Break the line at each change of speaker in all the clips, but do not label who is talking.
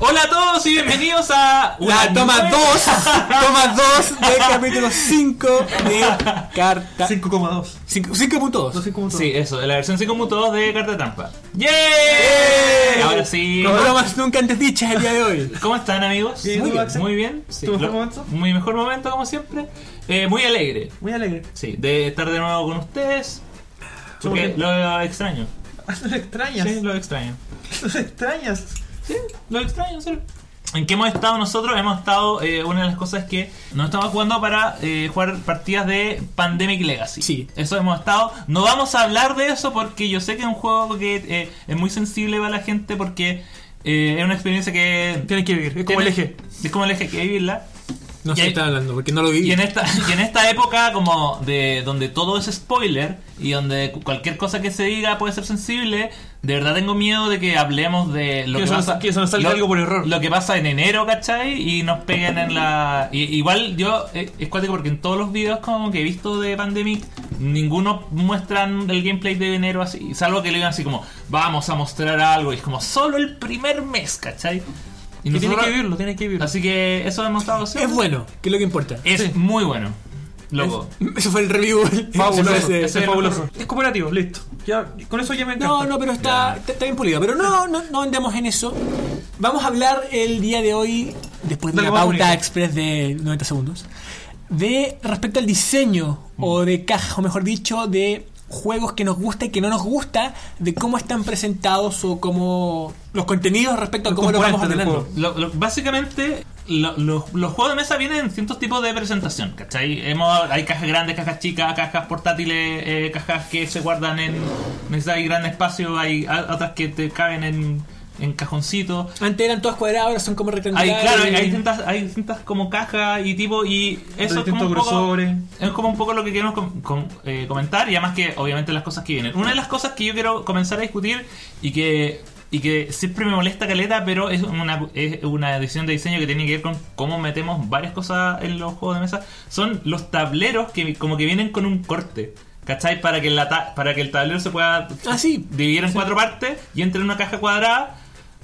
Hola a todos y bienvenidos a
La toma 2, toma 2 del capítulo 5 de Carta
5,2.
5.2.
5,2.
Sí, eso, la versión 5.2 de Carta Trampa. ¡Yay! Ahora sí.
Con ¡Eh! bromas nunca antes dichas el día de hoy.
¿Cómo están amigos?
Bien,
muy,
¿tú,
bien,
Axel?
muy bien. Sí,
¿Tu mejor momento?
Mi mejor momento, como siempre. Eh, muy alegre,
Muy alegre.
sí, de estar de nuevo con ustedes. Porque
Sobre-
lo extraño.
Lo extrañas.
Sí, lo extraño.
Lo extrañas.
Sí, lo extraño, sí. ¿En qué hemos estado nosotros? Hemos estado, eh, una de las cosas es que nos estamos jugando para eh, jugar partidas de Pandemic Legacy.
Sí.
Eso hemos estado. No vamos a hablar de eso porque yo sé que es un juego que eh, es muy sensible para la gente porque eh, es una experiencia que...
Tienes que vivir. Es como
tiene-
el eje.
Es como el eje que hay que vivirla.
No sé
Y-
qué están hablando porque no lo
Y
viví.
en esta, y en esta época como de donde todo es spoiler y donde cu- cualquier cosa que se diga puede ser sensible, de verdad tengo miedo de que hablemos de lo
Que
que,
se nos-
pasa,
que se nos salga
lo-
algo por error.
Lo que pasa en enero, ¿cachai? Y nos peguen en la... y- igual yo, eh, es cuático porque en todos los videos como que he visto de Pandemic, ninguno muestran el gameplay de enero así, salvo que le digan así como, vamos a mostrar algo, y es como solo el primer mes, ¿cachai? Y
Que tienes
nosotros-
que vivirlo, tienes que vivirlo.
Así que eso hemos estado haciendo.
Es bueno, que es lo que importa.
Es
Sí.
muy bueno. Loco.
Eso fue el review.
Fabuloso.
Eso fue ese-
Eso
ese-
es fabuloso. Es cooperativo, listo. Ya, con eso ya me encanta.
No, no, pero está, está, está bien pulido. Pero no, no, no andemos en eso. Vamos a hablar el día de hoy, después de
De
la
lo más
pauta
bonito.
express de 90 segundos, de respecto al diseño
Mm.
o de caja, o mejor dicho, de juegos que nos gusta y que no nos gusta, de cómo están presentados o cómo los contenidos respecto a
Los
cómo los vamos
componentes del
ordenando.
juego.
Lo- lo- básicamente, lo- lo- los juegos de mesa vienen en distintos tipos de presentación, ¿cachai? Hemos, hay cajas grandes, cajas chicas, cajas portátiles, eh, cajas que se guardan en... Necesitas gran espacio, hay a- otras que te caben en, en cajoncitos.
Antes eran todas cuadradas, ahora son como
Hay,
rectangulares.
claro, hay, hay distintas, hay distintas como cajas y tipo y eso es como,
distintos
un poco,
grosores.
es como un poco lo que queremos com- com- eh, comentar y además que obviamente las cosas que vienen. Una de las cosas que yo quiero comenzar a discutir y que y que siempre me molesta caleta, pero es una, es una decisión de diseño que tiene que ver con cómo metemos varias cosas en los juegos de mesa, son los tableros que como que vienen con un corte. ¿Cachai? Para que, la ta- para que el tablero se pueda
Ah, sí.
dividir en cuatro partes y entre en una caja cuadrada.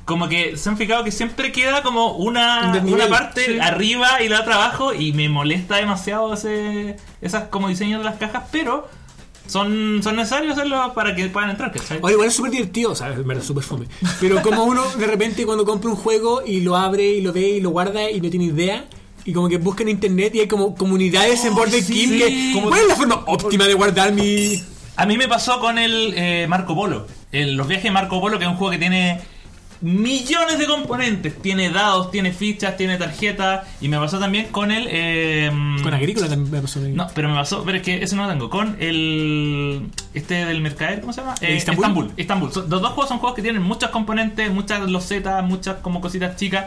Como que se han fijado que siempre queda como una,
Un desnivel.
una parte
Sí.
arriba y la otra abajo y me molesta demasiado ese, esas como diseños de las cajas, pero son, son necesarios hacerlo para que puedan entrar, ¿cachai?
Oye, igual es súper divertido, o sea, en verdad, súper fome. Pero como uno de repente cuando compra un juego y lo abre y lo ve y lo guarda y no tiene idea. Y como que busca en internet y hay como comunidades en Board Game
sí,
que...
sí. Como-
¿Cuál es la forma óptima de guardar mi...?
A mí me pasó con el eh, Marco Polo. El- los viajes de Marco Polo, que es un juego que tiene millones de componentes. Tiene dados, tiene fichas, tiene tarjetas. Y me pasó también con el... eh,
Con Agrícola también me pasó.
No, pero me pasó, pero es que eso no lo tengo. Con el. Este del Mercader, ¿cómo se llama? Eh,
¿El Istanbul?
Istanbul. Istanbul. Son- los dos juegos son juegos que tienen muchos componentes, muchas losetas, muchas como cositas chicas.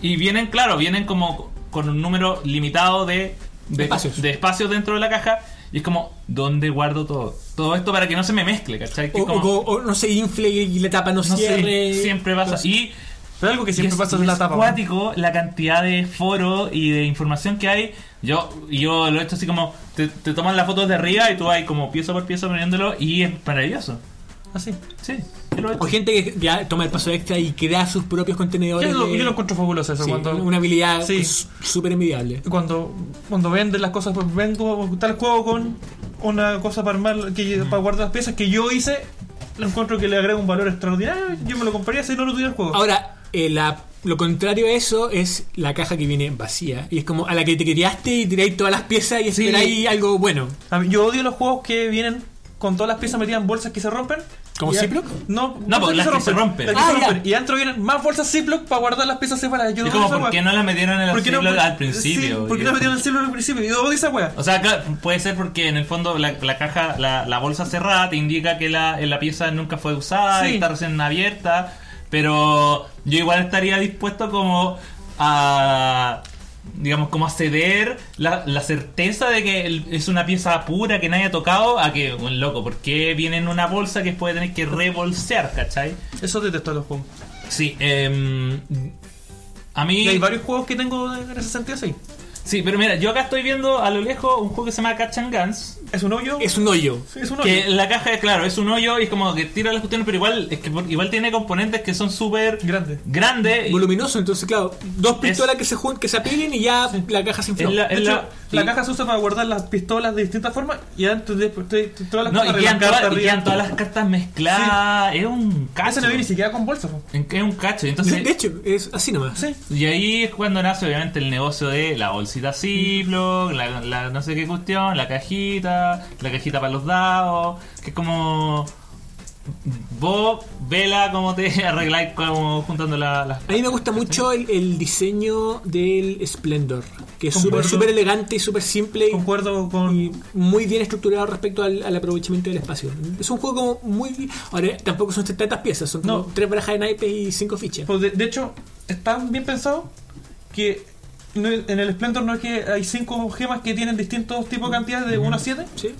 Y vienen, claro, vienen como con un número limitado de, de,
Espacios.
de espacios dentro de la caja. Y es como, ¿dónde guardo todo? Todo esto para que no se me mezcle, ¿cachai? Que
O,
es como,
o- o no se infle y la tapa no,
no sé,
cierre.
siempre pasa. Y
Pero algo que siempre
y es-
pasa
y
en la
es
tapa.
acuático la cantidad de foros y de información que hay. Yo, yo lo he hecho así como: te, te toman las fotos de arriba y tú vas como pieza por pieza poniéndolo y es maravilloso.
Así.
Sí, yo lo he hecho.
O gente que ya toma el paso extra y crea sus propios
Yo,
contenedores.
lo,
de-
yo lo encuentro fabuloso eso
Sí,
cuando.
Una habilidad
Sí.
pues, súper envidiable.
Cuando, cuando venden las cosas, pues vengo tal juego con una cosa para armar, que, para guardar las piezas que yo hice, lo encuentro que le agrega un valor extraordinario. Yo me lo compraría si no lo tuviera el juego.
Ahora, eh, la- lo contrario a eso es la caja que viene vacía. Y es como a la que te criaste y tiráis todas las piezas y
Sí.
esperáis algo bueno.
A mí- yo odio los juegos que vienen con todas las piezas metidas en bolsas que se rompen.
¿Como
Y a-
Ziploc?
No,
No, pues,
bolsas
las que se rompen.
Las que
Ah,
se
ya.
rompen. Y adentro vienen más bolsas Ziploc para guardar las piezas separadas. Yo
Es
odio
como,
esa
¿por
wea.
qué no la metieron en el
¿Por qué no-
siglo al
Sí,
principio?
¿Por qué
Y-
no metieron el Ziploc al principio? Yo odio esa wea.
O sea, acá puede ser porque en el fondo la, la caja, la, la bolsa cerrada te indica que la, eh, la pieza nunca fue usada
Sí.
y está recién abierta. Pero yo igual estaría dispuesto como a... Digamos, como a ceder la, la certeza de que el- es una pieza pura que nadie ha tocado a que, un loco, ¿por qué viene en una bolsa que después tener que rebolsear, cachai?
Eso detesto de los juegos.
Sí, em, a mí...
Y hay varios juegos que tengo en ese sentido así.
Sí, pero mira, yo acá estoy viendo a lo lejos un juego que se llama Catch and Guns,
Es un hoyo.
Es un hoyo.
Sí, es un hoyo.
Que la caja, claro, es un hoyo y es como que tira las cuestiones, pero igual es que por- igual tiene componentes que son súper
Grande.
grandes. y-
Voluminoso, entonces, claro, dos pistolas que se jun- que se apilen y ya la caja se infló.
Es la-
De
es
hecho,
la-
la
sí.
caja se usa para guardar las pistolas de distintas formas y adentro de, de- de todas las
No, y
cosas
quedan,
relancadas
todas, y
arriba.
quedan todas las cartas mezcladas. Es un
Ese
cacho.
no viene ni siquiera con bolsa. po.
En- Es un cacho.
De,
Entonces,
de hecho, es así nomás.
Sí.
Y ahí es cuando nace obviamente el negocio de la bolsita Ziploc, la, la no sé qué cuestión, la cajita, la cajita para los dados, que es como... Vos, vela cómo te arregláis como juntando la- las...
A mí me gusta mucho el, el diseño del Splendor, que es súper
Concuerdo.
súper elegante y súper simple y-
Concuerdo con.
y muy bien estructurado respecto al, al aprovechamiento del espacio. Es un juego como muy... Ahora, tampoco son tantas piezas, son como
No.
tres barajas de naipes y cinco fichas.
Pues, de, de hecho, está bien pensado que no- en el Splendor no es que hay cinco gemas que tienen distintos tipos de cantidades de 1 a 7
¿Sí?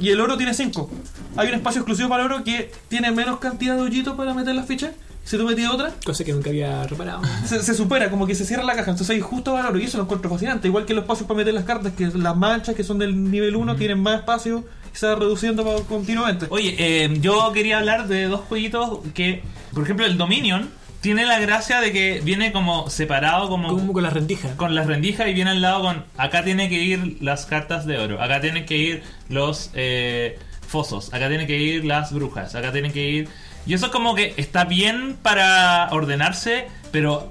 y el oro tiene 5. Hay un espacio exclusivo para el oro que tiene menos cantidad de hoyitos para meter las fichas. Si tú metías otra,
Cosa que nunca había reparado.
se, se supera, como que se cierra la caja. Entonces hay justo valor y eso lo encuentro fascinante. Igual que los espacios para meter las cartas, que las manchas que son del nivel 1 tienen más espacio y se va reduciendo pa- continuamente.
Oye, eh, yo quería hablar de dos jueguitos que, por ejemplo, el Dominion tiene la gracia de que viene como separado
Como con las rendijas.
con las rendijas y viene al lado con acá tienen que ir las cartas de oro, acá tienen que ir los eh, fosos, acá tienen que ir las brujas, acá tienen que ir... Y eso como que está bien para ordenarse, pero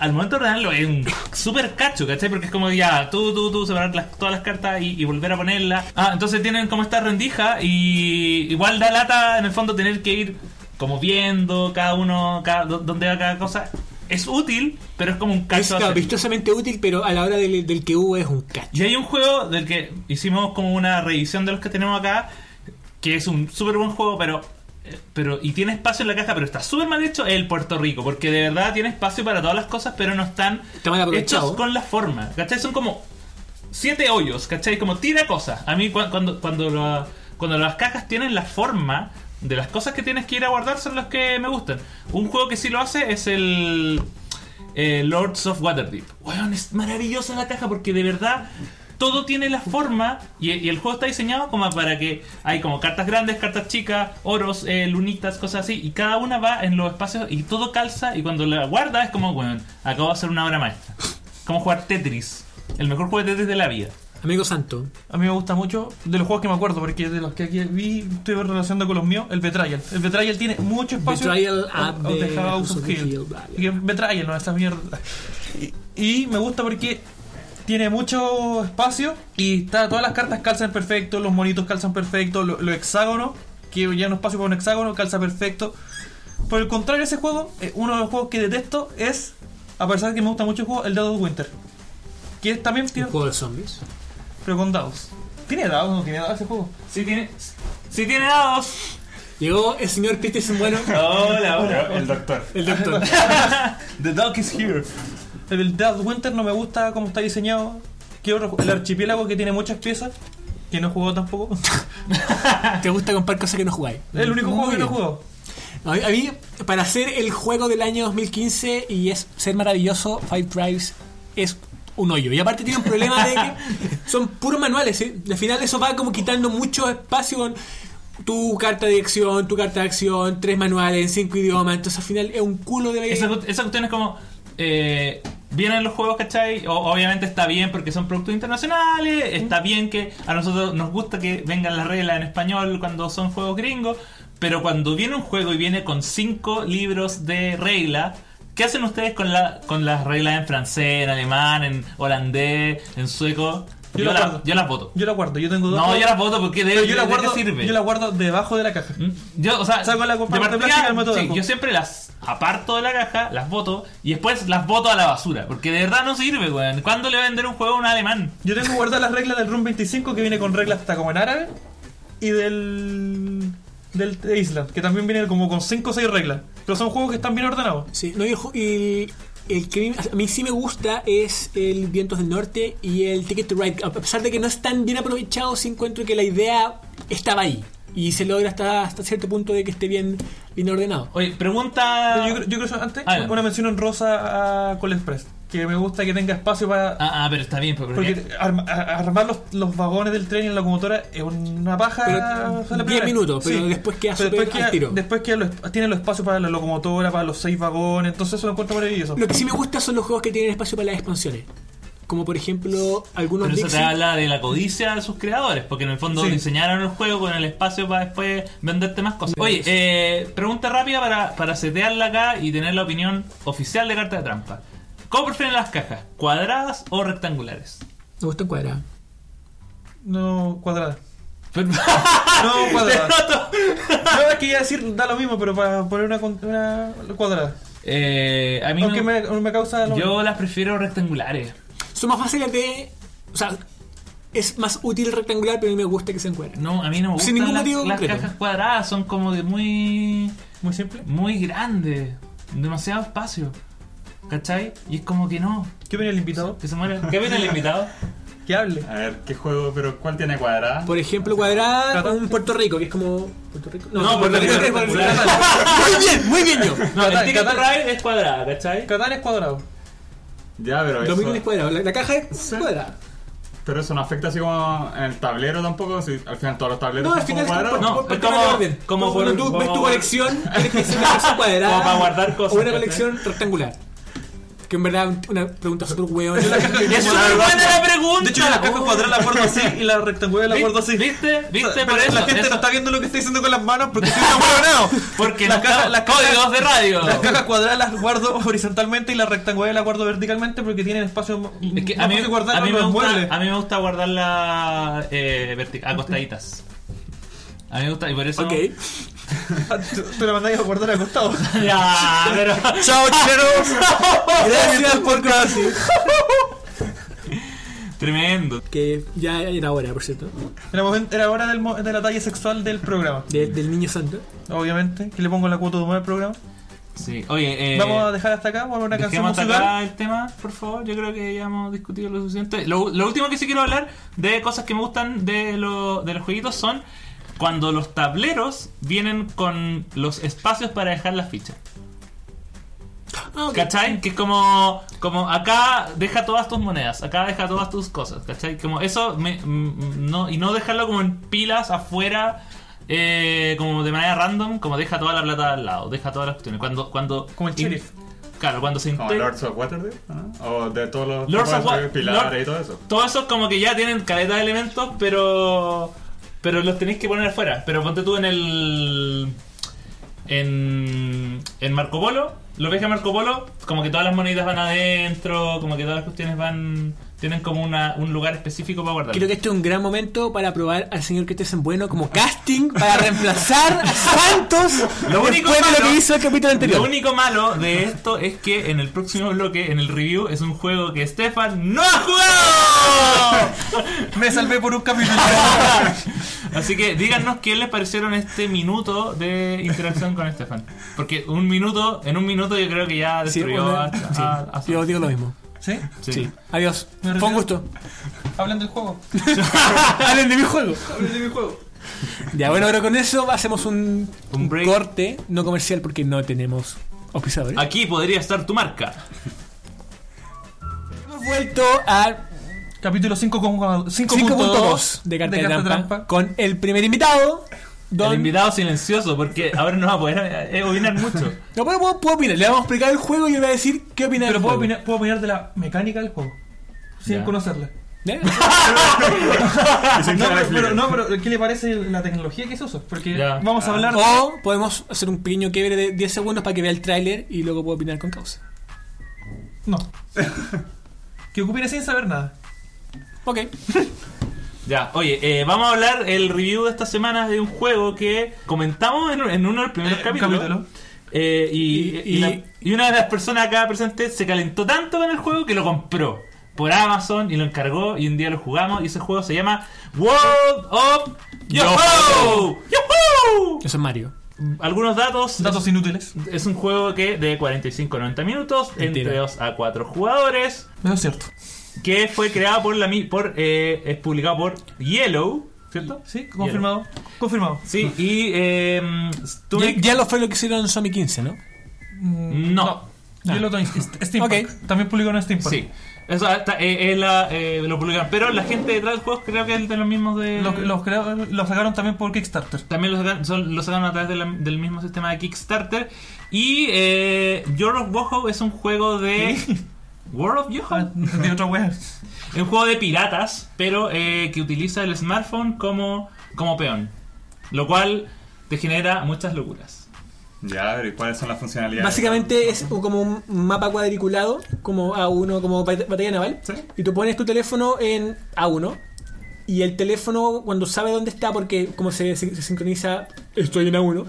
al momento de ordenarlo es un súper cacho, ¿cachai? Porque es como ya tú, tú, tú, separar las- todas las cartas y, y volver a ponerlas. Ah, entonces tienen como esta rendija y igual da lata en el fondo tener que ir como viendo cada uno, cada, dó- dónde va cada cosa. Es útil, pero es como un
Es
cacho.
claro,
hacerlo.
vistosamente útil, pero a la hora del, del que hubo es un cacho.
Y hay un juego del que hicimos como una revisión de los que tenemos acá, que es un súper buen juego, pero, eh, pero. Y tiene espacio en la caja, pero está súper mal hecho, es el Puerto Rico, porque de verdad tiene espacio para todas las cosas, pero no están
Está mal aprovechado.
hechos con la forma. ¿Cachai? Son como siete hoyos, ¿cachai? Como tira cosas. A mí cu- cuando, cuando, la- cuando las cajas tienen la forma de las cosas que tienes que ir a guardar son las que me gustan. Un juego que sí lo hace es el eh, Lords of Waterdeep. Weón, es maravillosa la caja porque de verdad todo tiene la forma y, y el juego está diseñado como para que hay como cartas grandes, cartas chicas, oros, eh, lunitas, cosas así y cada una va en los espacios y todo calza y cuando la guarda es como, weón, acabo de hacer una obra maestra. Como jugar Tetris. El mejor juego de Tetris de la vida.
Amigo Santo,
A mí me gusta mucho de los juegos que me acuerdo, porque de los que aquí vi, estoy relacionando con los míos, el Betrayal. El Betrayal tiene mucho espacio.
Betrayal at
of, of
the
the House of Hill.
vale.
Y que Betrayal, no, esta mierda. Y, y me gusta porque tiene mucho espacio y está, todas las cartas calzan perfecto, los monitos calzan perfecto, lo- los hexágonos, que ya no espacio para un hexágono, calza perfecto. Por el contrario, ese juego, eh, uno de los juegos que detesto es, a pesar de que me gusta mucho el juego, el Dead of Winter. Que es también
un
tiene,
juego de zombies.
pero con dados. ¿Tiene dados o no tiene dados ese juego?
Si tiene, si tiene dados.
Llegó el señor Christensen Bueno,
Hola, hola.
El doctor.
el doctor.
The dog is here.
El Dead Winter no me gusta cómo está diseñado. Quiero reju- el archipiélago que tiene muchas piezas, que no he jugado tampoco.
Te gusta comprar cosas que no jugáis.
Es el único
Muy
juego que no he
bien.
jugado.
A mí, a mí, para hacer el juego del año 2015 y es ser maravilloso, Five Drives es un hoyo. Y aparte tiene un problema de que son puros manuales. ¿eh? Al final eso va como quitando mucho espacio con tu carta de acción, tu carta de acción, tres manuales en cinco idiomas. Entonces al final es un culo de...
Esa, cu- esa cuestión es como. eh, vienen los juegos, ¿cachai? O- obviamente está bien porque son productos internacionales. Está bien que a nosotros nos gusta que vengan las reglas en español cuando son juegos gringos. Pero cuando viene un juego y viene con cinco libros de regla. ¿Qué hacen ustedes con, la, con las reglas en francés, en alemán, en holandés, en sueco?
Yo
Yo,
las
la-
guardo.
yo las voto.
Yo la guardo, yo tengo dos.
No, yo las voto porque de,
Pero
de-
yo la
de qué
guardo,
sirve.
yo la guardo debajo de la caja.
Mm, Yo, o sea,
Saco la compa-
de
de plástico y la meto
sí,
debajo.
yo siempre las aparto de la caja, las voto y después las voto a la basura. Porque de verdad no sirve, weón. ¿Cuándo le va a vender un juego a un alemán?
Yo tengo guardadas las reglas del Room 25 que viene con reglas hasta como en árabe y del del de Island, que también viene como con 5 o 6 reglas, pero son juegos que están bien ordenados.
Sí, no, y el, ju- y el- el que a mí sí me gusta es el Vientos del Norte y el Ticket to Ride. A pesar de que no están bien aprovechados, sí encuentro que la idea estaba ahí. Y se logra hasta, hasta cierto punto de que esté bien, bien ordenado.
Oye, pregunta.
Yo, creo- yo creo que antes
Ah, ya.
una mención honrosa a Cole Express. que me gusta que tenga espacio para...
Ah, ah, pero está bien, pero
Porque arma- a- armar los, los vagones del tren y la locomotora es una paja.
Pero,
o sea,
10
la primera.
minutos, pero después queda
Pero
súper
después
al tiro.
Después queda los- tiene los espacios para la locomotora, para los seis vagones, entonces eso lo encuentro maravilloso.
Lo que sí me gusta son los juegos que tienen espacio para las expansiones. Como por ejemplo, algunos
Pero eso te
Dixie-
habla de la codicia de sus creadores, porque en el fondo
Sí.
diseñaron el juego con el espacio para después venderte más cosas.
Sí.
Oye, eh, pregunta rápida para, para setearla acá y tener la opinión oficial de Carta de Trampa. ¿Cómo prefieren las cajas? ¿Cuadradas o rectangulares?
Me gustan cuadrados.
No, cuadrada.
no,
No, cuadrada. No, es que iba a decir, da lo mismo, pero para poner una, con- una cuadrada.
Eh, a mí
Aunque
no-
me, me causa lo mismo.
yo las prefiero rectangulares.
Son más fáciles de. O sea, es más útil rectangular, pero a mí me gusta que sean cuadrados.
No, a mí no me gustan
Sin ningún
las,
motivo
las
concreto.
cajas cuadradas, son como de muy...
Muy simple.
muy grande, demasiado espacio. ¿Cachai? Y es como que no,
¿Qué opina el invitado?
que se muera. ¿Qué viene el invitado?
Que hable.
A ver, ¿qué juego? ¿Pero cuál tiene cuadrada?
Por ejemplo, cuadrada un Puerto Rico, que es como. ¿Puerto Rico?
No, Puerto Rico es rectangular.
Muy bien, muy bien yo.
No, el
Catán,
ticket to
Catán.
ride es cuadrada, ¿cachai?
Catán es cuadrado.
Ya, pero eso,
2000 es cuadrado. La, la caja es
Sí.
cuadrada.
pero eso no afecta así como en el tablero tampoco. Si al final todos los tableros
No, al
son
final
como cuadrados.
no,
por- por
es
tema
como-
de orden.
como
Como cuando
por-
tú ves tu
como-
colección, tienes que hacer una colección cuadrada.
Como para guardar cosas,
O una
¿cachai?
colección rectangular. Que en verdad un- una pregunta súper hueona.
Es súper buena la pregunta.
De hecho, yo la caja
Oh.
cuadrada la guardo así y la rectangular la
¿Viste?
guardo así.
¿Viste?
O
¿Viste?
sea,
Por
pero
eso.
la gente
eso-
no está viendo lo que está diciendo con las manos porque estoy un huevonao.
Porque
las
no
cajas-
estamos-
las cajas-
códigos de radio.
Las cajas cuadradas las guardo horizontalmente y las rectangulares las guardo verticalmente porque tienen espacio
Es que a
más
mí,
que pues, guardar
a mí me
los muebles.
gusta, a mí me gusta guardarla eh, verti- acostaditas. A mí me gusta, y por eso.
Ok.
Tú- Tú la mandáis a guardar acostado.
Ya, pero.
Chao, chilenos. Gracias por casi.
Tremendo.
Que ya era hora, por cierto.
Era, momento- era hora del, mo- de la talla sexual del programa.
de- del niño santo.
Obviamente, que le pongo la cuota de humor al programa.
Sí, oye. Eh,
Vamos a dejar hasta acá, vamos a una canción
Dejemos
musical.
acá el tema, por favor. Yo creo que ya hemos discutido lo suficiente. Lo, lo último que sí quiero hablar de cosas que me gustan de, lo- de los jueguitos son cuando los tableros vienen con los espacios para dejar las fichas.
Ah, ok.
¿Cachai? Que es como, como acá deja todas tus monedas, acá deja todas tus cosas, ¿cachai? Como eso, me- mm, no, y no dejarlo como en pilas afuera, eh, como de manera random, como deja toda la plata al lado, deja todas las cuestiones. Cuando, cuando,
Como el
in-
sheriff.
Claro, cuando se
Como
inte-
Lords of Waterdeep, ¿no? O de todos los
Lords
tipos
of
de
Wa-
pilares
Lord-
y todo eso.
Todo eso como que ya tienen caleta de elementos, pero. Pero los tenéis que poner afuera. Pero ponte tú en el. En. En Marco Polo. Lo ves a Marco Polo, como que todas las moneditas van adentro, como que todas las cuestiones van. Tienen como una, un lugar específico para guardar.
Creo que este es un gran momento para probar al señor Christensen Bueno como casting para reemplazar a Santos
Lo único
después de lo
malo-
que hizo el capítulo
Lo
anterior.
único malo de esto es que en el próximo bloque, en el review, es un juego que Stefan no ha jugado.
Me salvé por un capítulo.
Así que díganos qué les parecieron este minuto de interacción con Estefan. Porque un minuto, en un minuto yo creo que ya
Sí,
destruyó
bueno,
a,
sí.
a- a-
Yo digo lo mismo.
¿Sí?
sí.
Sí. Adiós.
Me
Fue un
retiro.
gusto. Ah,
Hablan del juego.
Hablen de mi juego.
Hablan de mi juego.
Ya, bueno, pero con eso hacemos un,
Un
un
break. Ah.
corte no comercial porque no tenemos auspiciadores.
Aquí podría estar tu marca.
Hemos vuelto a
Capítulo 5.2
5.2 de Carta de Trampa, con el primer invitado,
El
Don...
invitado silencioso, porque ahora no va a poder eh, opinar mucho.
No, pero puedo, puedo opinar. Le vamos a explicar el juego y él va a decir qué opina
Pero
del
puedo
juego.
opinar, puedo opinar de la mecánica del juego. Sin
Ya.
conocerla.
¿Eh?
Dicen que
Ah, No
la
pero,
expliquen.
pero- no, pero ¿qué le parece la tecnología que se usa? Porque Ah. Oh.
Ya.
vamos a hablar.
O podemos hacer un pequeño quiebre de 10 segundos para que vea el tráiler y luego puedo opinar con causa.
No. que ocupiera sin saber nada.
Ok.
Ya, oye, eh, vamos a hablar el review de esta semana de un juego que comentamos en, en uno de los primeros
Eh, un
capítulos.
capítulo.
Eh, y,
Y-
y la- y una de las personas acá presentes se calentó tanto con el juego que lo compró por Amazon y lo encargó y un día lo jugamos y ese juego se llama World of Yahoo. Yahoo.
Eso es Mario.
Algunos datos.
Datos inútiles.
Es un juego que de 45 a 90 minutos,
Mentira.
entre 2 a 4 jugadores
Eso es cierto.
que fue creado por la mi- por eh, es publicado por Yellow, ¿cierto?
¿Sí? Confirmado. Confirmado.
Sí, y eh,
Ya,
tuve-
ya lo fue lo que hicieron en Sonic 15, ¿no?
Mm,
no.
Y el otro Inst- Steampunk.
Ok.
También publicó en Steampunk.
Sí. Eso está- eh, eh, la, eh, lo publicaron. Pero la gente detrás del juego creo que es de los mismos de.
Los, los creo- los sacaron también por Kickstarter.
También lo sacan, son- lo sacan a través de la- del mismo sistema de Kickstarter. Y eh, World of Boho es un juego de. World of
Ah,
Yoho.
De otra web.
Es un juego de piratas, pero eh, que utiliza el smartphone como, como peón. Lo cual te genera muchas locuras.
Ya, pero ¿y cuáles son las funcionalidades?
Básicamente es un- como un mapa cuadriculado, como A1, como bat- batalla naval.
Sí.
Y tú pones tu teléfono en A1. Y el teléfono, cuando sabe dónde está, porque como se, se- se sincroniza, estoy en A1,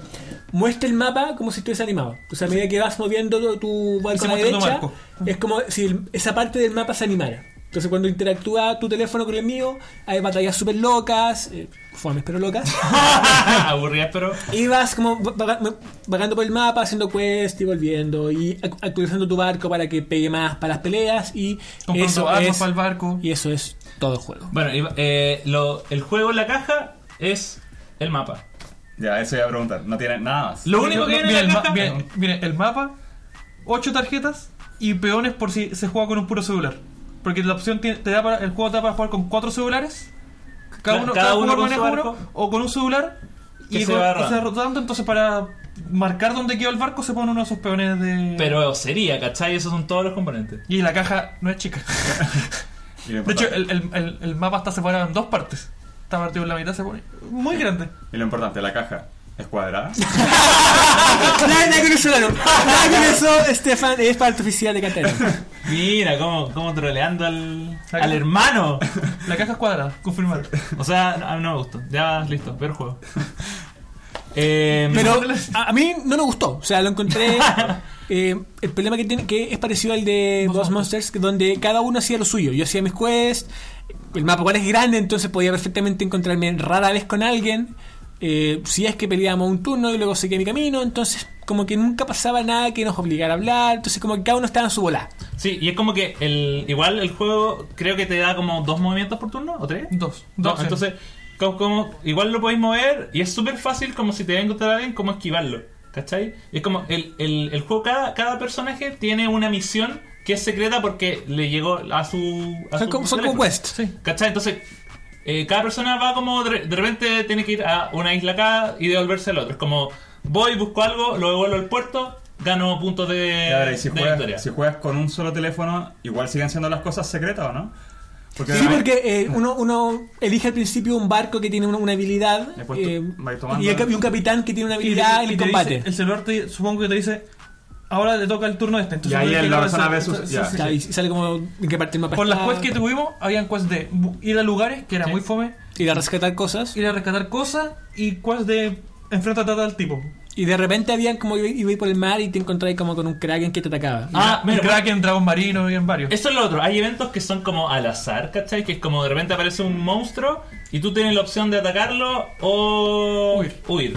muestra el mapa como si estuviese animado. O sea, a medida que vas moviendo tu- tu barco a la
muestra tu
derecha,
barco.
es como si el- esa parte del mapa se animara. Entonces, cuando interactúa tu teléfono con el mío, hay batallas súper locas, eh, fomes pero locas.
Aburridas, pero.
Y vas como va- va- vagando por el mapa, haciendo quest y volviendo, y ac- actualizando tu barco para que pegue más para las peleas, y
Comprando
eso
armas
es,
para el barco.
y eso es todo el juego.
Bueno, y, eh, lo- el juego en la caja es el mapa.
Ya, eso iba a preguntar. No tienen nada más.
Lo único
No,
que
no,
viene
mira,
en la
el ma-
caja.
mira, mira, el mapa, 8 tarjetas y peones por si se juega con un puro celular. Porque la opción tiene- te da para, el juego te da para jugar con 4 celulares. Cada
Claro,
uno,
cada
cada
uno
jugador
con
maneja
su
uno
barco.
o con un celular
Que
y
se
con-
va
y
rotando.
se va rotando. Entonces, para marcar dónde quedó el barco, se pone uno de esos peones de.
Pero sería, ¿cachai? Esos son todos los componentes.
Y la caja no es chica.
Y lo
De hecho,
importante-
el, el- el- el mapa está separado en dos partes. Está partido en la mitad, se pone muy grande.
Y lo importante, la caja. ¿Es cuadrada?
nada, nada con eso, Lalo. Nada con eso, Estefan, es para tu oficial de Catena.
Mira, cómo, cómo troleando al, al hermano.
La caja es cuadrada, confirmado.
O sea, no, no me gustó. Ya listo, ver juego. Eh,
Pero a, a mí no me gustó, o sea, lo encontré. eh, el problema que tiene que es parecido al de
Boss
Boss Monsters, que donde cada uno hacía lo suyo. Yo hacía mis quests, el mapa igual es grande, entonces podía perfectamente encontrarme rara vez con alguien. eh, si es que peleábamos un turno y luego seguía mi camino, entonces como que nunca pasaba nada que nos obligara a hablar, entonces como que cada uno estaba en su bola.
sí, y es como que el, igual el juego creo que te da como dos movimientos por turno o tres.
Dos.
No,
Dos.
entonces, como, como- igual lo podéis mover y es súper fácil como si te va a encontrar alguien, como esquivarlo. ¿Cachai? Es como el, el, el juego, cada, cada personaje tiene una misión que es secreta porque le llegó a su... A
Son
su
como, son como
teléfono.
quests.
Ah, Sí.
¿Cachai? Entonces, eh, cada persona va como de, de repente tiene que ir a una isla acá y devolverse al otro. Es como voy, busco algo, lo devuelvo al puerto, gano puntos de,
Ya, ahora, y si
Eh, de victoria.
juegas, si juegas con un solo teléfono, igual siguen siendo las cosas secretas o no? Porque
Sí, porque eh, uno, uno elige al principio un barco que tiene una, una habilidad
Después tú-
eh,
vas tomando.
y, el cap- y un capitán que tiene una
Y te-
habilidad
y
en
te
el
dice-
combate.
el celular te, supongo que te dice, ahora le toca el turno este. Entonces
Y ahí
tú tienes
la
que
persona
avanzar.
ve sus- ya.
Sí, sí,
Ya,
sí.
y sale como en qué parte del mapa
Por las
está,
quests que tuvimos, habían quests de bu- ir a lugares, que era
Sí.
muy fome,
Ir a rescatar cosas.
ir a rescatar cosas y quests de enfrentate a tal tipo.
Y de repente habían como iba, iba por el mar y te encontrabas como con un kraken que te atacaba.
Ah,
Ah,
mira,
mira, Kraken, Dragón Marino, habían varios.
Eso es lo otro. Hay eventos que son como al azar, ¿cachai? Que es como de repente aparece un monstruo y tú tienes la opción de atacarlo o
Huir.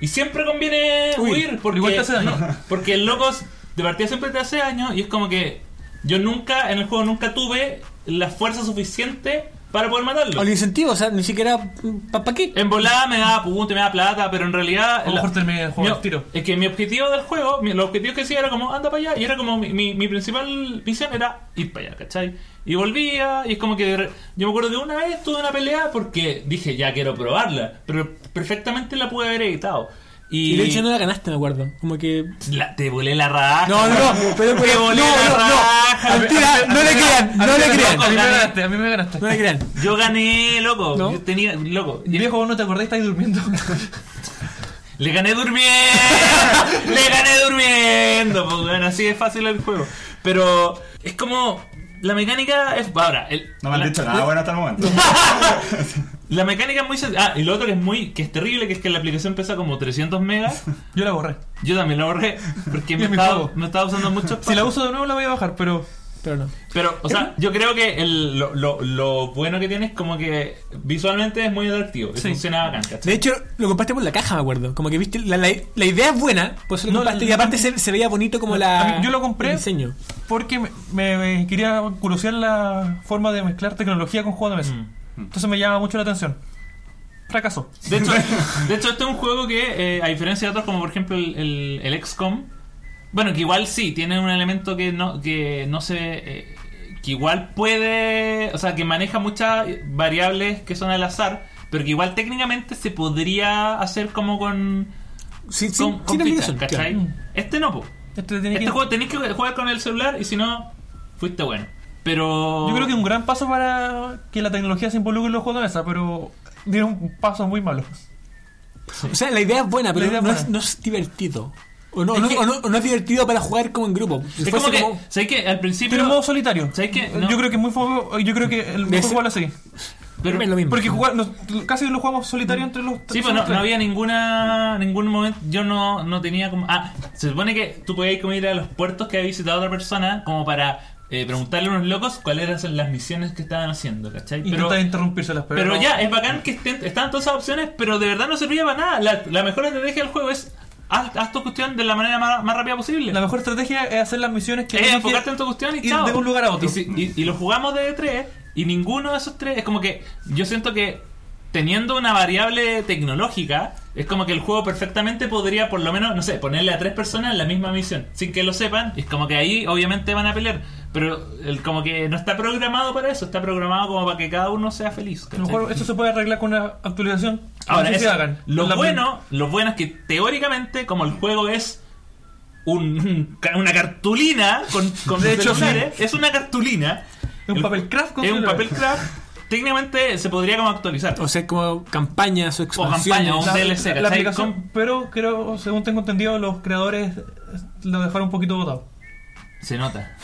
Y siempre conviene
Huir.
huir, porque,
Igual te hace daño.
no, porque el loco de partida siempre te hace daño y es como que yo nunca, en el juego nunca tuve la fuerza suficiente para poder matarlo.
O Ah, el incentivo, o sea, ni siquiera. ¿Para qué?
En volada me daba punto y me daba plata, pero en realidad.
A lo mejor terminé el juego
mi-
al tiro.
Es que mi objetivo del juego, mi, los objetivos que sí era como anda para allá, y era como mi, mi, mi principal misión era ir para allá, ¿cachai? Y volvía, y es como que. de re- Yo me acuerdo que una vez tuve una pelea porque dije ya quiero probarla, pero perfectamente la pude haber editado. Y.
Y de hecho no la ganaste, me acuerdo. Como que.
la- te volé la raja.
No, no, no, pero-
Te volé
no,
la
no, no.
raja.
Mentira, no le crean, no le crean.
A mí me ganaste, a mí me ganaste.
No le crean.
Yo gané, loco.
No.
Yo tenía, loco.
Viejo, vos no te acordás, estáis durmiendo.
Le gané durmiendo. Le gané durmiendo. Pues bueno, así es fácil el juego. Pero es como. La mecánica es. pues, Ahora, el-
No me han
la,
dicho nada bueno hasta el momento.
la mecánica es muy. sen- Ah, y lo otro que es muy. que es terrible, que es que la aplicación pesa como 300 megas.
Yo la borré.
Yo también la borré. Porque me
Es mi
estaba,
juego.
me estaba usando mucho.
Si la uso de nuevo, la voy a bajar, pero.
Pero no.
Pero, o sea, yo creo que el- lo, lo- lo bueno que tiene es como que visualmente es muy atractivo. y
Sí.
Funciona bacán, ¿cachai?
De hecho, lo compraste por la caja, me acuerdo. Como que viste, la, la- la idea es buena, por eso lo
No,
compraste.
la-
Y aparte se, se veía bonito como
A
la.
mí- yo lo compré.
el diseño.
Porque me, me- me quería curiosear la forma de mezclar tecnología con juegos de mesa.
Mm.
Entonces me llama mucho la atención. Fracaso.
De hecho, de hecho, este es un juego que, eh, a diferencia de otros, como por ejemplo el, el, el XCOM, Bueno, que igual sí, tiene un elemento que no, que no se... eh, que igual puede... O sea, que maneja muchas variables que son al azar, pero que igual técnicamente se podría hacer como con...
Sin, sin,
con, con
sin
fichas,
aplicación,
¿cachai?
claro.
Este no, po.
Este tiene
Este
que-
juego tenés que jugar con el celular y si no, fuiste bueno. Pero...
Yo creo que es un gran paso para que la tecnología se involucre en los juegos de mesa, pero dieron un paso muy malo.
O sea, la idea es buena, pero
La idea es
no,
buena.
Es, no es divertido. O no,
Es
no-
que-
o no- o no es divertido para jugar como en grupo. Si
Es
fuese
como que...
como-
¿Sabes que Al principio...
Tiene un modo solitario.
¿Sabes qué? No.
Yo creo que es muy fo- yo creo que el
De
mejor
ese-
jugarlo así.
pero-
es lo mismo.
Porque jugar, nos- casi lo jugamos solitario entre los
Sí,
tres-
pues no,
los tres.
no había ninguna ningún momento. Yo no, no tenía como. Ah, se supone que tú podías como ir a los puertos que había visitado otra persona, como para eh, preguntarle a unos locos cuáles eran las misiones que estaban haciendo, ¿cachai? Pero,
Intentar interrumpírselas, pero.
pero
no.
ya, es bacán que estén, estaban todas esas opciones, pero de verdad no servía para nada. La, la mejor estrategia del juego es haz, haz tu cuestión de la manera más, más rápida posible.
La mejor estrategia es hacer las misiones que.
Eh,
tienes
enfocarte
que-
en tu cuestión y
ir
chao.
de un lugar a otro.
Y, si- y- y lo jugamos de tres y ninguno de esos tres es como que yo siento que teniendo una variable tecnológica es como que el juego perfectamente podría por lo menos no sé ponerle a tres personas en la misma misión sin que lo sepan y es como que ahí obviamente van a pelear pero el, como que no está programado para eso está programado como para que cada uno sea feliz
A lo
¿cachai?
mejor esto se puede arreglar con una actualización.
Ahora,
Así se
eso-
hagan.
lo,
La-
bueno, lo bueno es que teóricamente, como el juego es un- una cartulina con, con
De hecho,
celulares, es una cartulina.
Es un
El-
papel craft con
Es un
celulares.
papel craft. técnicamente se podría como actualizar.
O sea, como campañas o expansiones.
campañas, un
la,
DLC,
la- la
¿cachai?
aplicación,
Con-
pero creo, según tengo entendido, los creadores eh, lo dejaron un poquito botado.
Se nota.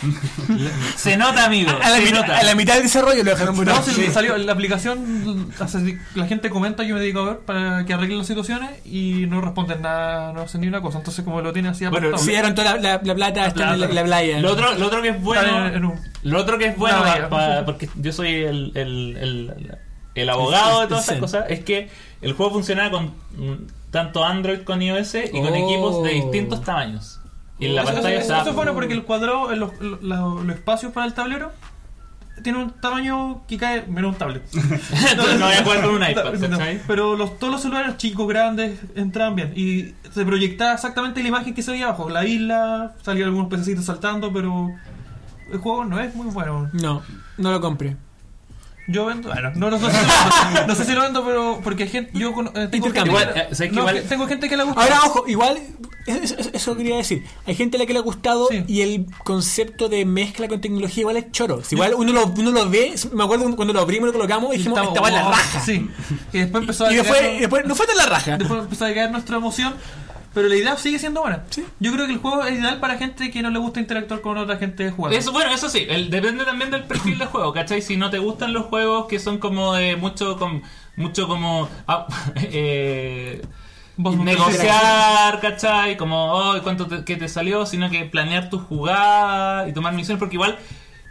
se nota, amigo.
A la,
se
mitad,
nota.
a la mitad del desarrollo lo dejaron
No,
botado.
se
Sí.
le salió la aplicación, hace- la gente comenta, yo me dedico a ver para que arreglen las situaciones y no responden nada, no hacen ni una cosa. Entonces, como lo tiene así
Bueno,
apartado,
Se dieron toda la, la- la plata hasta en la, la playa.
Lo otro, lo otro que es bueno.
en- en un-
Lo otro que es bueno,
Una
pa-
valla.
pa- porque yo soy el, el, el- el abogado de todas esas
Sí.
cosas, es que el juego funcionaba con mm, tanto Android con iOS y con
Oh.
equipos de distintos tamaños. Y en la
eso,
pantalla
eso-
estaba-
eso es bueno porque el cuadrado, en los, los- los- los espacios para el tablero, tiene un tamaño que cae menos un tablet.
Entonces no voy a jugar con un iPad,
No,
¿cachai?
pero los, todos los celulares chicos, grandes, entraban bien. Y se proyectaba exactamente la imagen que se veía abajo. La isla, salían algunos pececitos saltando, pero el juego no es muy bueno.
No, no lo compré.
Yo vendo, bueno, no, no, sé si lo vendo, no sé si lo vendo, pero porque gente, yo cono- eh, tengo, gente,
Intercambio.
Igual, eh, sé que
no,
igual-
que tengo gente que le gusta.
Ahora, ojo, igual, eso, eso- eso quería decir. Hay gente a la que le ha gustado
Sí.
y el concepto de mezcla con tecnología igual es choro. Si igual uno lo, uno lo ve, me acuerdo cuando lo abrimos y lo colocamos, dijimos,
Estaba-
estaba en la
oh,
raja.
Sí. Y después empezó a
Y después,
llegar-
después no fue tan la raja.
Después empezó a caer nuestra emoción. Pero la idea sigue siendo buena.
Sí.
Yo creo que el juego es ideal para gente que no le gusta interactuar con otra gente jugando.
Eso, bueno, eso sí, el- depende también del perfil de juego, ¿cachai? Si no te gustan los juegos que son como de mucho, com- mucho como... ah, eh,
Vos no
negociar, ¿cachai? Como, oh, ¿cuánto te, qué te salió? Sino que planear tu jugada y tomar misiones, porque igual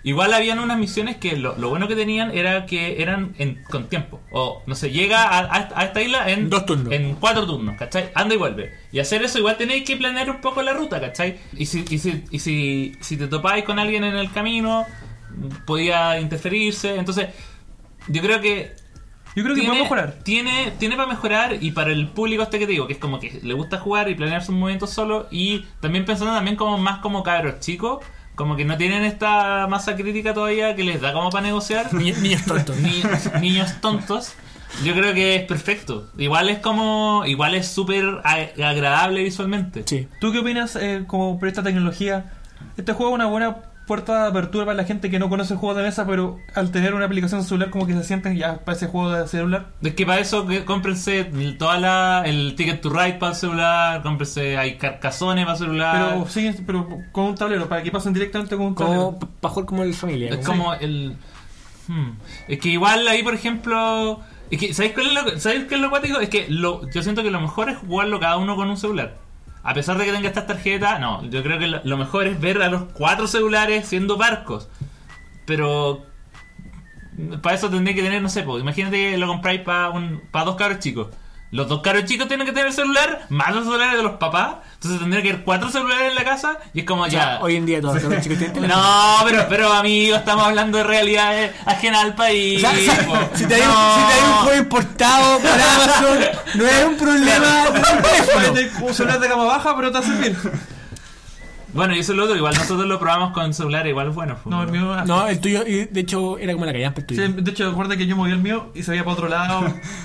igual habían unas misiones que lo, lo bueno que tenían era que eran en- con tiempo. O, no sé, llega a, a- a esta isla en...
Dos turnos.
En cuatro turnos, ¿cachai? Anda y vuelve. Y hacer eso igual tenéis que planear un poco la ruta, ¿cachai? Y si, y si, y si, si te topáis con alguien en el camino, podía interferirse. Entonces, yo creo que
Yo creo que puede mejorar.
tiene, tiene para mejorar y para el público este que te digo, que es como que le gusta jugar y planear sus movimientos solo y también pensando también como más como cabros chicos, como que no tienen esta masa crítica todavía que les da como para negociar.
Ni- Niños tontos.
Ni- niños tontos. Yo creo que es perfecto. Igual es como, igual es súper a- agradable visualmente.
Sí.
¿Tú qué opinas eh, como por esta tecnología? Este juego es una buena puerta de apertura para la gente que no conoce el juego de mesa, pero al tener una aplicación celular como que se sienten ya para ese juego de celular.
Es que para eso que- cómprense toda la, el Ticket to Ride para el celular, cómprense, hay carcazones para el celular.
Pero siguen, pero con un tablero, para que pasen directamente con un tablero.
Como para jugar como el familia.
Es
como-
como el. Hmm. Es que igual ahí, por ejemplo. Es que, ¿sabéis, cuál es lo, ¿Sabéis qué es lo cuático? Es que lo, yo siento que lo mejor es jugarlo cada uno con un celular. A pesar de que tenga estas tarjetas, no. Yo creo que lo, lo mejor es ver a los cuatro celulares siendo barcos. Pero. Para eso tendría que tener, no sé, po, imagínate que lo compráis para para dos caros chicos. Los dos caros chicos tienen que tener el celular, más los celulares de los papás. Entonces tendría que haber cuatro celulares en la casa y es como
O
ya.
sea, hoy en día todos los chicos tienen teléfono.
No, pero, pero amigo, estamos hablando de realidades ajenas al país.
O sea, si,
po.
si te hay,
No.
si te hay un juego importado por Amazon, no es un problema de un
Puedes
teléfono.
tener un celular de gama baja, pero te hace bien.
Bueno, y eso es lo otro. Igual nosotros lo probamos con celular, igual es bueno. fue
No, el
bueno.
mío. era-
No, el tuyo, y de hecho, era como la callampa el
Sí,
tuyo.
de hecho, recuerda que yo moví el mío y se veía para otro lado.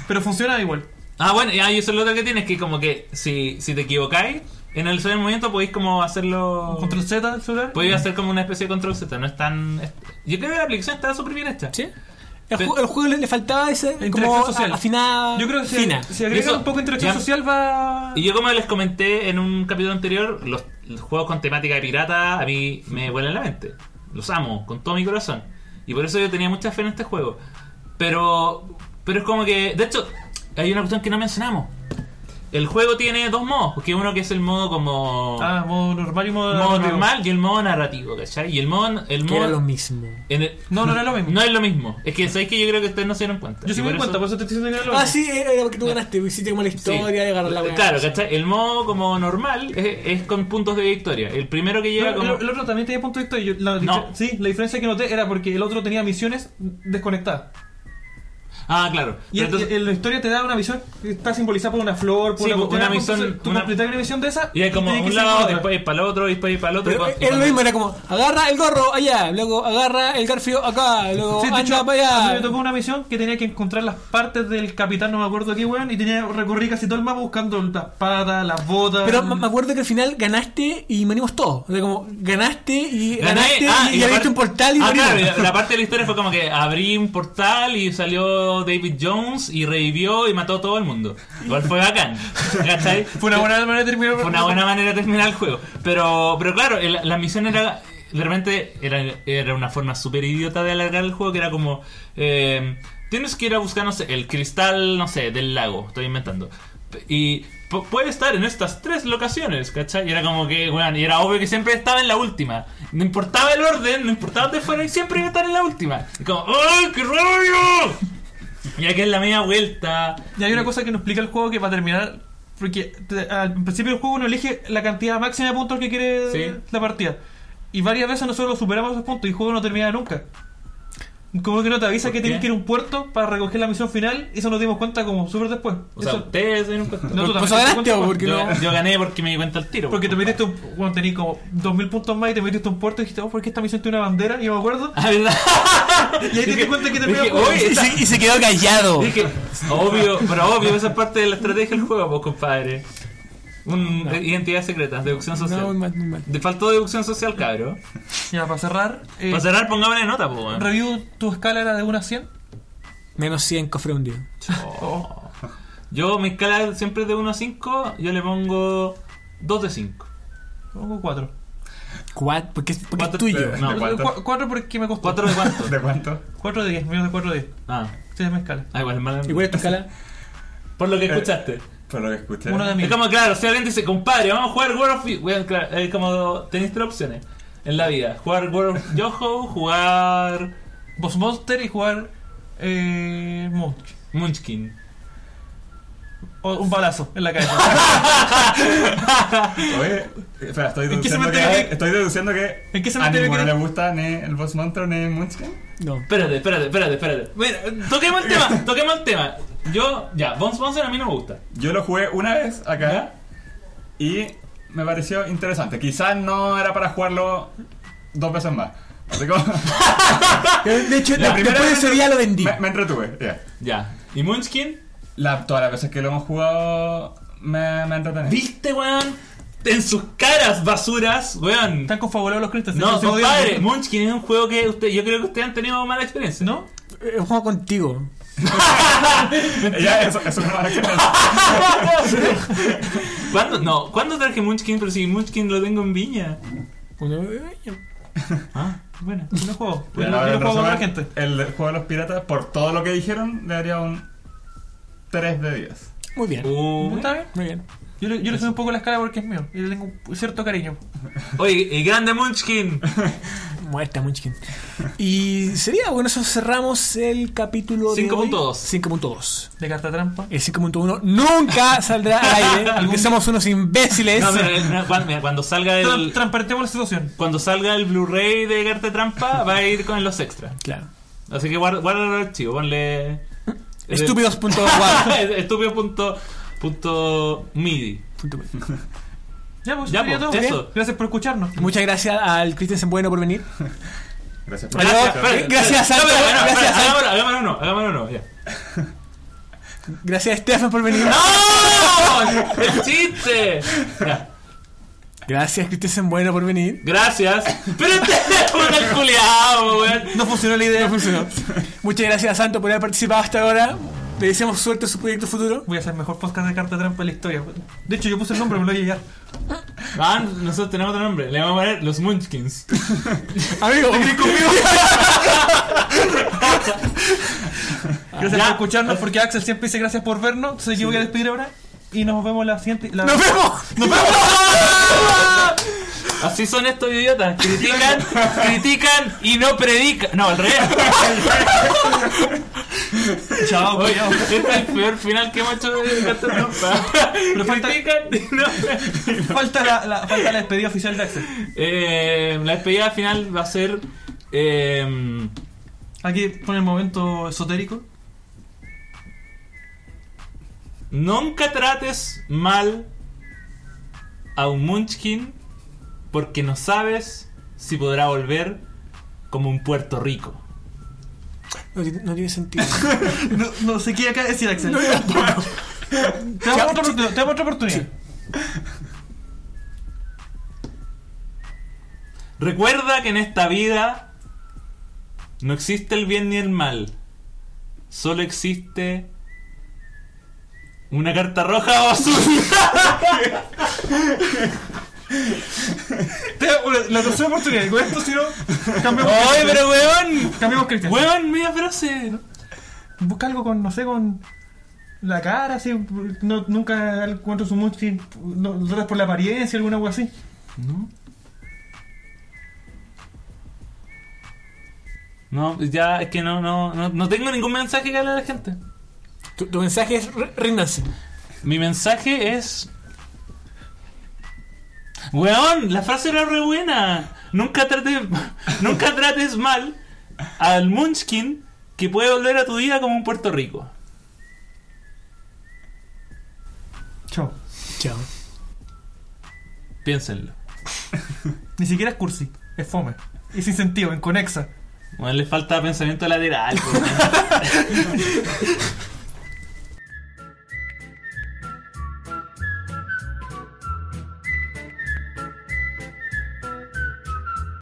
pero funcionaba igual.
Ah, bueno, y ah, y eso es lo otro que tienes, que como que si, si te equivocáis, en el solo movimiento podéis como hacerlo...
Control Z del celular.
Podéis hacer como una especie de control Z, no es tan... es- Yo creo que la aplicación está súper bien hecha.
¿Sí? El, ju- el juego le, le faltaba ese como
Interacción social.
a- afinada.
Yo creo que si,
fina.
si agrega
Y eso-
un poco de interacción
ya-
social va.
Y yo como les comenté en un capítulo anterior, los, los juegos con temática de pirata a mí me vuelan la mente. Los amo, con todo mi corazón. Y por eso yo tenía mucha fe en este juego. Pero, pero es como que... De hecho, hay una cuestión que no mencionamos. El juego tiene dos modos, que uno que es el modo como...
Ah, modo normal y modo.
modo
narrativo.
normal y el modo narrativo, ¿cachai? Y el modo... El
Que era lo
modo
mismo.
en el-
No, no era lo mismo.
no es lo mismo. Es que sabéis que yo creo que ustedes no se dieron cuenta.
Yo sí
Y
me di
por
cuenta,
eso-
por eso te estoy diciendo que era lo
Ah,
mismo.
sí, era porque tú ganaste. pues, Hiciste como la historia de agarrar la weá.
Claro, ¿cachai? El modo como normal es, es con puntos de victoria. El primero que llega
No,
como...
el, el otro también tenía punto de vista y yo, la,
No.
sí, la diferencia que noté era porque el otro tenía misiones desconectadas.
Ah, claro.
Y
Pero
el,
entonces-
y el- la historia te da una misión que está simbolizada por una flor, por
Sí,
una,
por
cuestión,
una
entonces
misión-
Tú
una-
completas una misión de esa.
y hay como
tienes que
un
seguir
lado,
otra.
después para el otro, después para el otro. y
Pero
cuando-
era lo mismo, era como, agarra el gorro allá, luego agarra el garfio acá, luego
Sí, de
anda
hecho,
para
a mí
allá.
me tocó una misión que tenía que encontrar las partes del capitán, no me acuerdo qué weón, y tenía recorrí casi todo el mapa buscando las patas, las botas.
Pero me me acuerdo que al final ganaste y morimos todos. O sea, como ganaste y
Gané-
ganaste
ah,
y, y
la
abriste
parte-
un portal y
ah,
morimos.
claro, y la, la parte de la historia fue como que abrí un portal y salió David Jones y revivió y mató a todo el mundo. Igual fue bacán. ¿Cachai?
Fue una buena manera de terminar.
Fue una buena manera de terminar el juego. Pero, pero claro, el- la misión era. De repente era, era una forma súper idiota de alargar el juego que era como. eh, tienes que ir a buscar, no sé, el cristal, no sé, del lago. Estoy inventando. P- Y pu- puede estar en estas tres locaciones, ¿cachai? Y era como que, bueno, y era obvio que siempre estaba en la última. No importaba el orden, no importaba dónde fuera, y siempre iba a estar en la última. Y como, ¡ay, qué rollo! Y aquí es la media vuelta.
Y hay una cosa que nos explica el juego que va a terminar. Porque te- al principio del juego uno elige la cantidad máxima de puntos que quiere
Sí.
la partida. Y varias veces nosotros superamos esos puntos y el juego no termina nunca. Como que no te avisa
¿Por
que
qué?
tienes que ir a un puerto para recoger la misión final. y Eso nos dimos cuenta como súper después.
O sea,
Eso-
ustedes en un
No, tú
¿Vos
también
ganaste
te diste
o
cuenta,
por qué
yo,
no?
yo gané porque me di cuenta al tiro.
porque te metiste un, cuando tenías como 2000 puntos más y te metiste a un puerto y dijiste, oh, ¿por qué esta misión tiene una bandera? Y yo me acuerdo.
Ah, ¿verdad?
Y ahí te diste
Dije-
cuenta que te
dije,
pegó el juego.
"Oye,
Y
esta-".
se, y se quedó callado.
Dije, obvio, pero obvio, esa es parte de la estrategia del juego, pues, compadre. Un, eh, Identidad secreta, deducción social.
No, muy mal, muy mal.
Te faltó deducción social, cabro.
Ya, para cerrar, eh,
Para cerrar, pongámosle nota, pues. weón.
review tu escala era de 1 a 100.
Menos 100 cofre hundido.
Oh. Yo, mi escala siempre es de 1 a 5, yo le pongo 2 de 5.
Pongo 4.
¿Cuál? Porque, es- porque es
Cuatro-
tuyo.
No,
cuatro.
4 porque me costó.
4 de cuánto.
¿De cuánto?
4 de 10, menos de 4 de 10.
Ah,
Sí, es mi escala.
ah, igual es mala.
¿Y cuál es tu escala?
Por lo que escuchaste.
Por lo que escuché.
Uno de mí.
Es como, claro, si alguien dice, compadre, vamos a jugar World of... Bueno, claro, es como, tenéis tres opciones en la vida. Jugar World of Yoho, jugar
Boss Monster y jugar. Eh. Monk.
Munchkin.
O un balazo en la cabeza.
Oye, espera, estoy
¿En qué
deduciendo que,
cementerio que-
estoy deduciendo que
¿En qué
a
cementerio
ninguno
que-
le gusta ni el Boss Monster ni el Munchkin.
No.
Espérate, espérate, espérate, espérate. Bueno, toquemos el tema, toquemos el tema. Yo, ya, Bones Monster a mí no me gusta.
Yo lo jugué una vez acá y me pareció interesante. Quizás no era para jugarlo dos veces más. Así como,
De hecho,
la
de-
primera
después de
vez
ese
me-
día lo vendí.
Me, me entretuve, ya.
Ya. ¿Y Munchkin?
La- todas las veces que lo hemos jugado me, me entretenido.
¿Viste, weón? En sus caras, basuras, weón.
Están confabulados los cristales.
No,
se odian.
compadre, Munchkin es un juego que usted, yo creo que ustedes han tenido mala experiencia.
¿No?
Eh, Juego contigo.
Ya, eso, eso no me
¿Cuándo? No, ¿cuándo traje Munchkin? Pero si Munchkin lo tengo en Viña.
Uno, eh,
Ah.
Bueno, no juego. Yo
Bueno,
no
a ver,
yo no
en
juego con la
resumen,
gente.
El juego de los piratas, por todo lo que dijeron, le daría un 3 de 10.
Muy bien.
Uh.
¿Está bien?
Muy bien.
Yo, le- yo le subí un poco la escala porque es mío. Y le tengo un cierto cariño.
Uh. Oye, y grande Munchkin.
Muerta, Munchkin. Y sería, bueno, eso cerramos el capítulo de.
5.2.
5.2. 5.2.
De carta trampa.
El 5.1 nunca saldrá al aire porque somos unos imbéciles.
No, mira, el- no, cuan- mira, cuando salga
Tran-
el.
Transparentemos la situación.
Cuando salga el Blu-ray de Carta Trampa, va a ir con los extras.
Claro.
Así que guarda, guarda el archivo, ponle. eh,
Estúpidos punto guau.
Estúpido punto, punto MIDI.
Punto-
Ya, pues,
Ya,
sería
pues,
todo.
eso.
Gracias por escucharnos.
Muchas gracias al Cristian Bueno por venir.
Gracias por
Gracias,
escuchar.
espérate,
Gracias,
espérate.
Santa,
No, pero bueno,
gracias,
espera, hagámoslo, hagámoslo uno, hagámoslo uno, ya.
Gracias a Estefan por venir.
¡No! ¡El chiste! Ya.
Gracias Cristian Bueno por venir.
Gracias. Pero este es un culiado, weón.
No funcionó la idea. No funcionó. Muchas gracias a Santo por haber participado hasta ahora. Le deseamos suerte en su proyecto futuro.
Voy a hacer el mejor podcast de carta trampa de la historia. De hecho, yo puse el nombre, me lo voy a llegar.
Ah, nosotros tenemos otro nombre. Le vamos a poner los Munchkins.
Amigo,
Gracias
Ya.
por escucharnos, porque Axel siempre dice gracias por vernos. Entonces yo voy a despedir ahora y nos vemos la siguiente. La...
nos vemos. Nos vemos.
Así son estos idiotas. Critican, critican y no predican. No, al revés.
Chao,
Oye,
cuidado.
este es el peor final que hemos hecho de Carta Trampa.
Pero falta-
Critican y no
Falta la, la- falta la despedida oficial de Axel.
Eh, La despedida final va a ser. Eh,
Aquí pone el momento esotérico.
Nunca trates mal a un Munchkin porque no sabes si podrá volver como un Puerto Rico.
No, tiene- no tiene sentido.
No, no sé qué acá decir, Axel. Te damos otra oportunidad. Te damos otra oportunidad.
Recuerda que en esta vida no existe el bien ni el mal. Solo existe una carta roja o azul.
Te damos la, la tercera oportunidad. Con esto, si no, cambiamos.
¡Ay, pero weón!
Cambiamos Cristian.
¡Weón, media frase!
Busca algo con, no sé, con la cara, así. No, nunca encuentro su munchkin. No, lo tratas por la apariencia, alguna algo así.
No, ya es que no, no, no, no tengo ningún mensaje que darle a la gente.
Tu, tu mensaje es r- ríndanse.
Mi mensaje es. Weón, la frase era re buena. Nunca trates, nunca trates mal al Munchkin que puede volver a tu vida como un Puerto Rico.
Chao.
Chao.
Piénsenlo.
Ni siquiera es cursi, es fome. Y sin sentido, en conexa.
Bueno, le falta pensamiento lateral. po.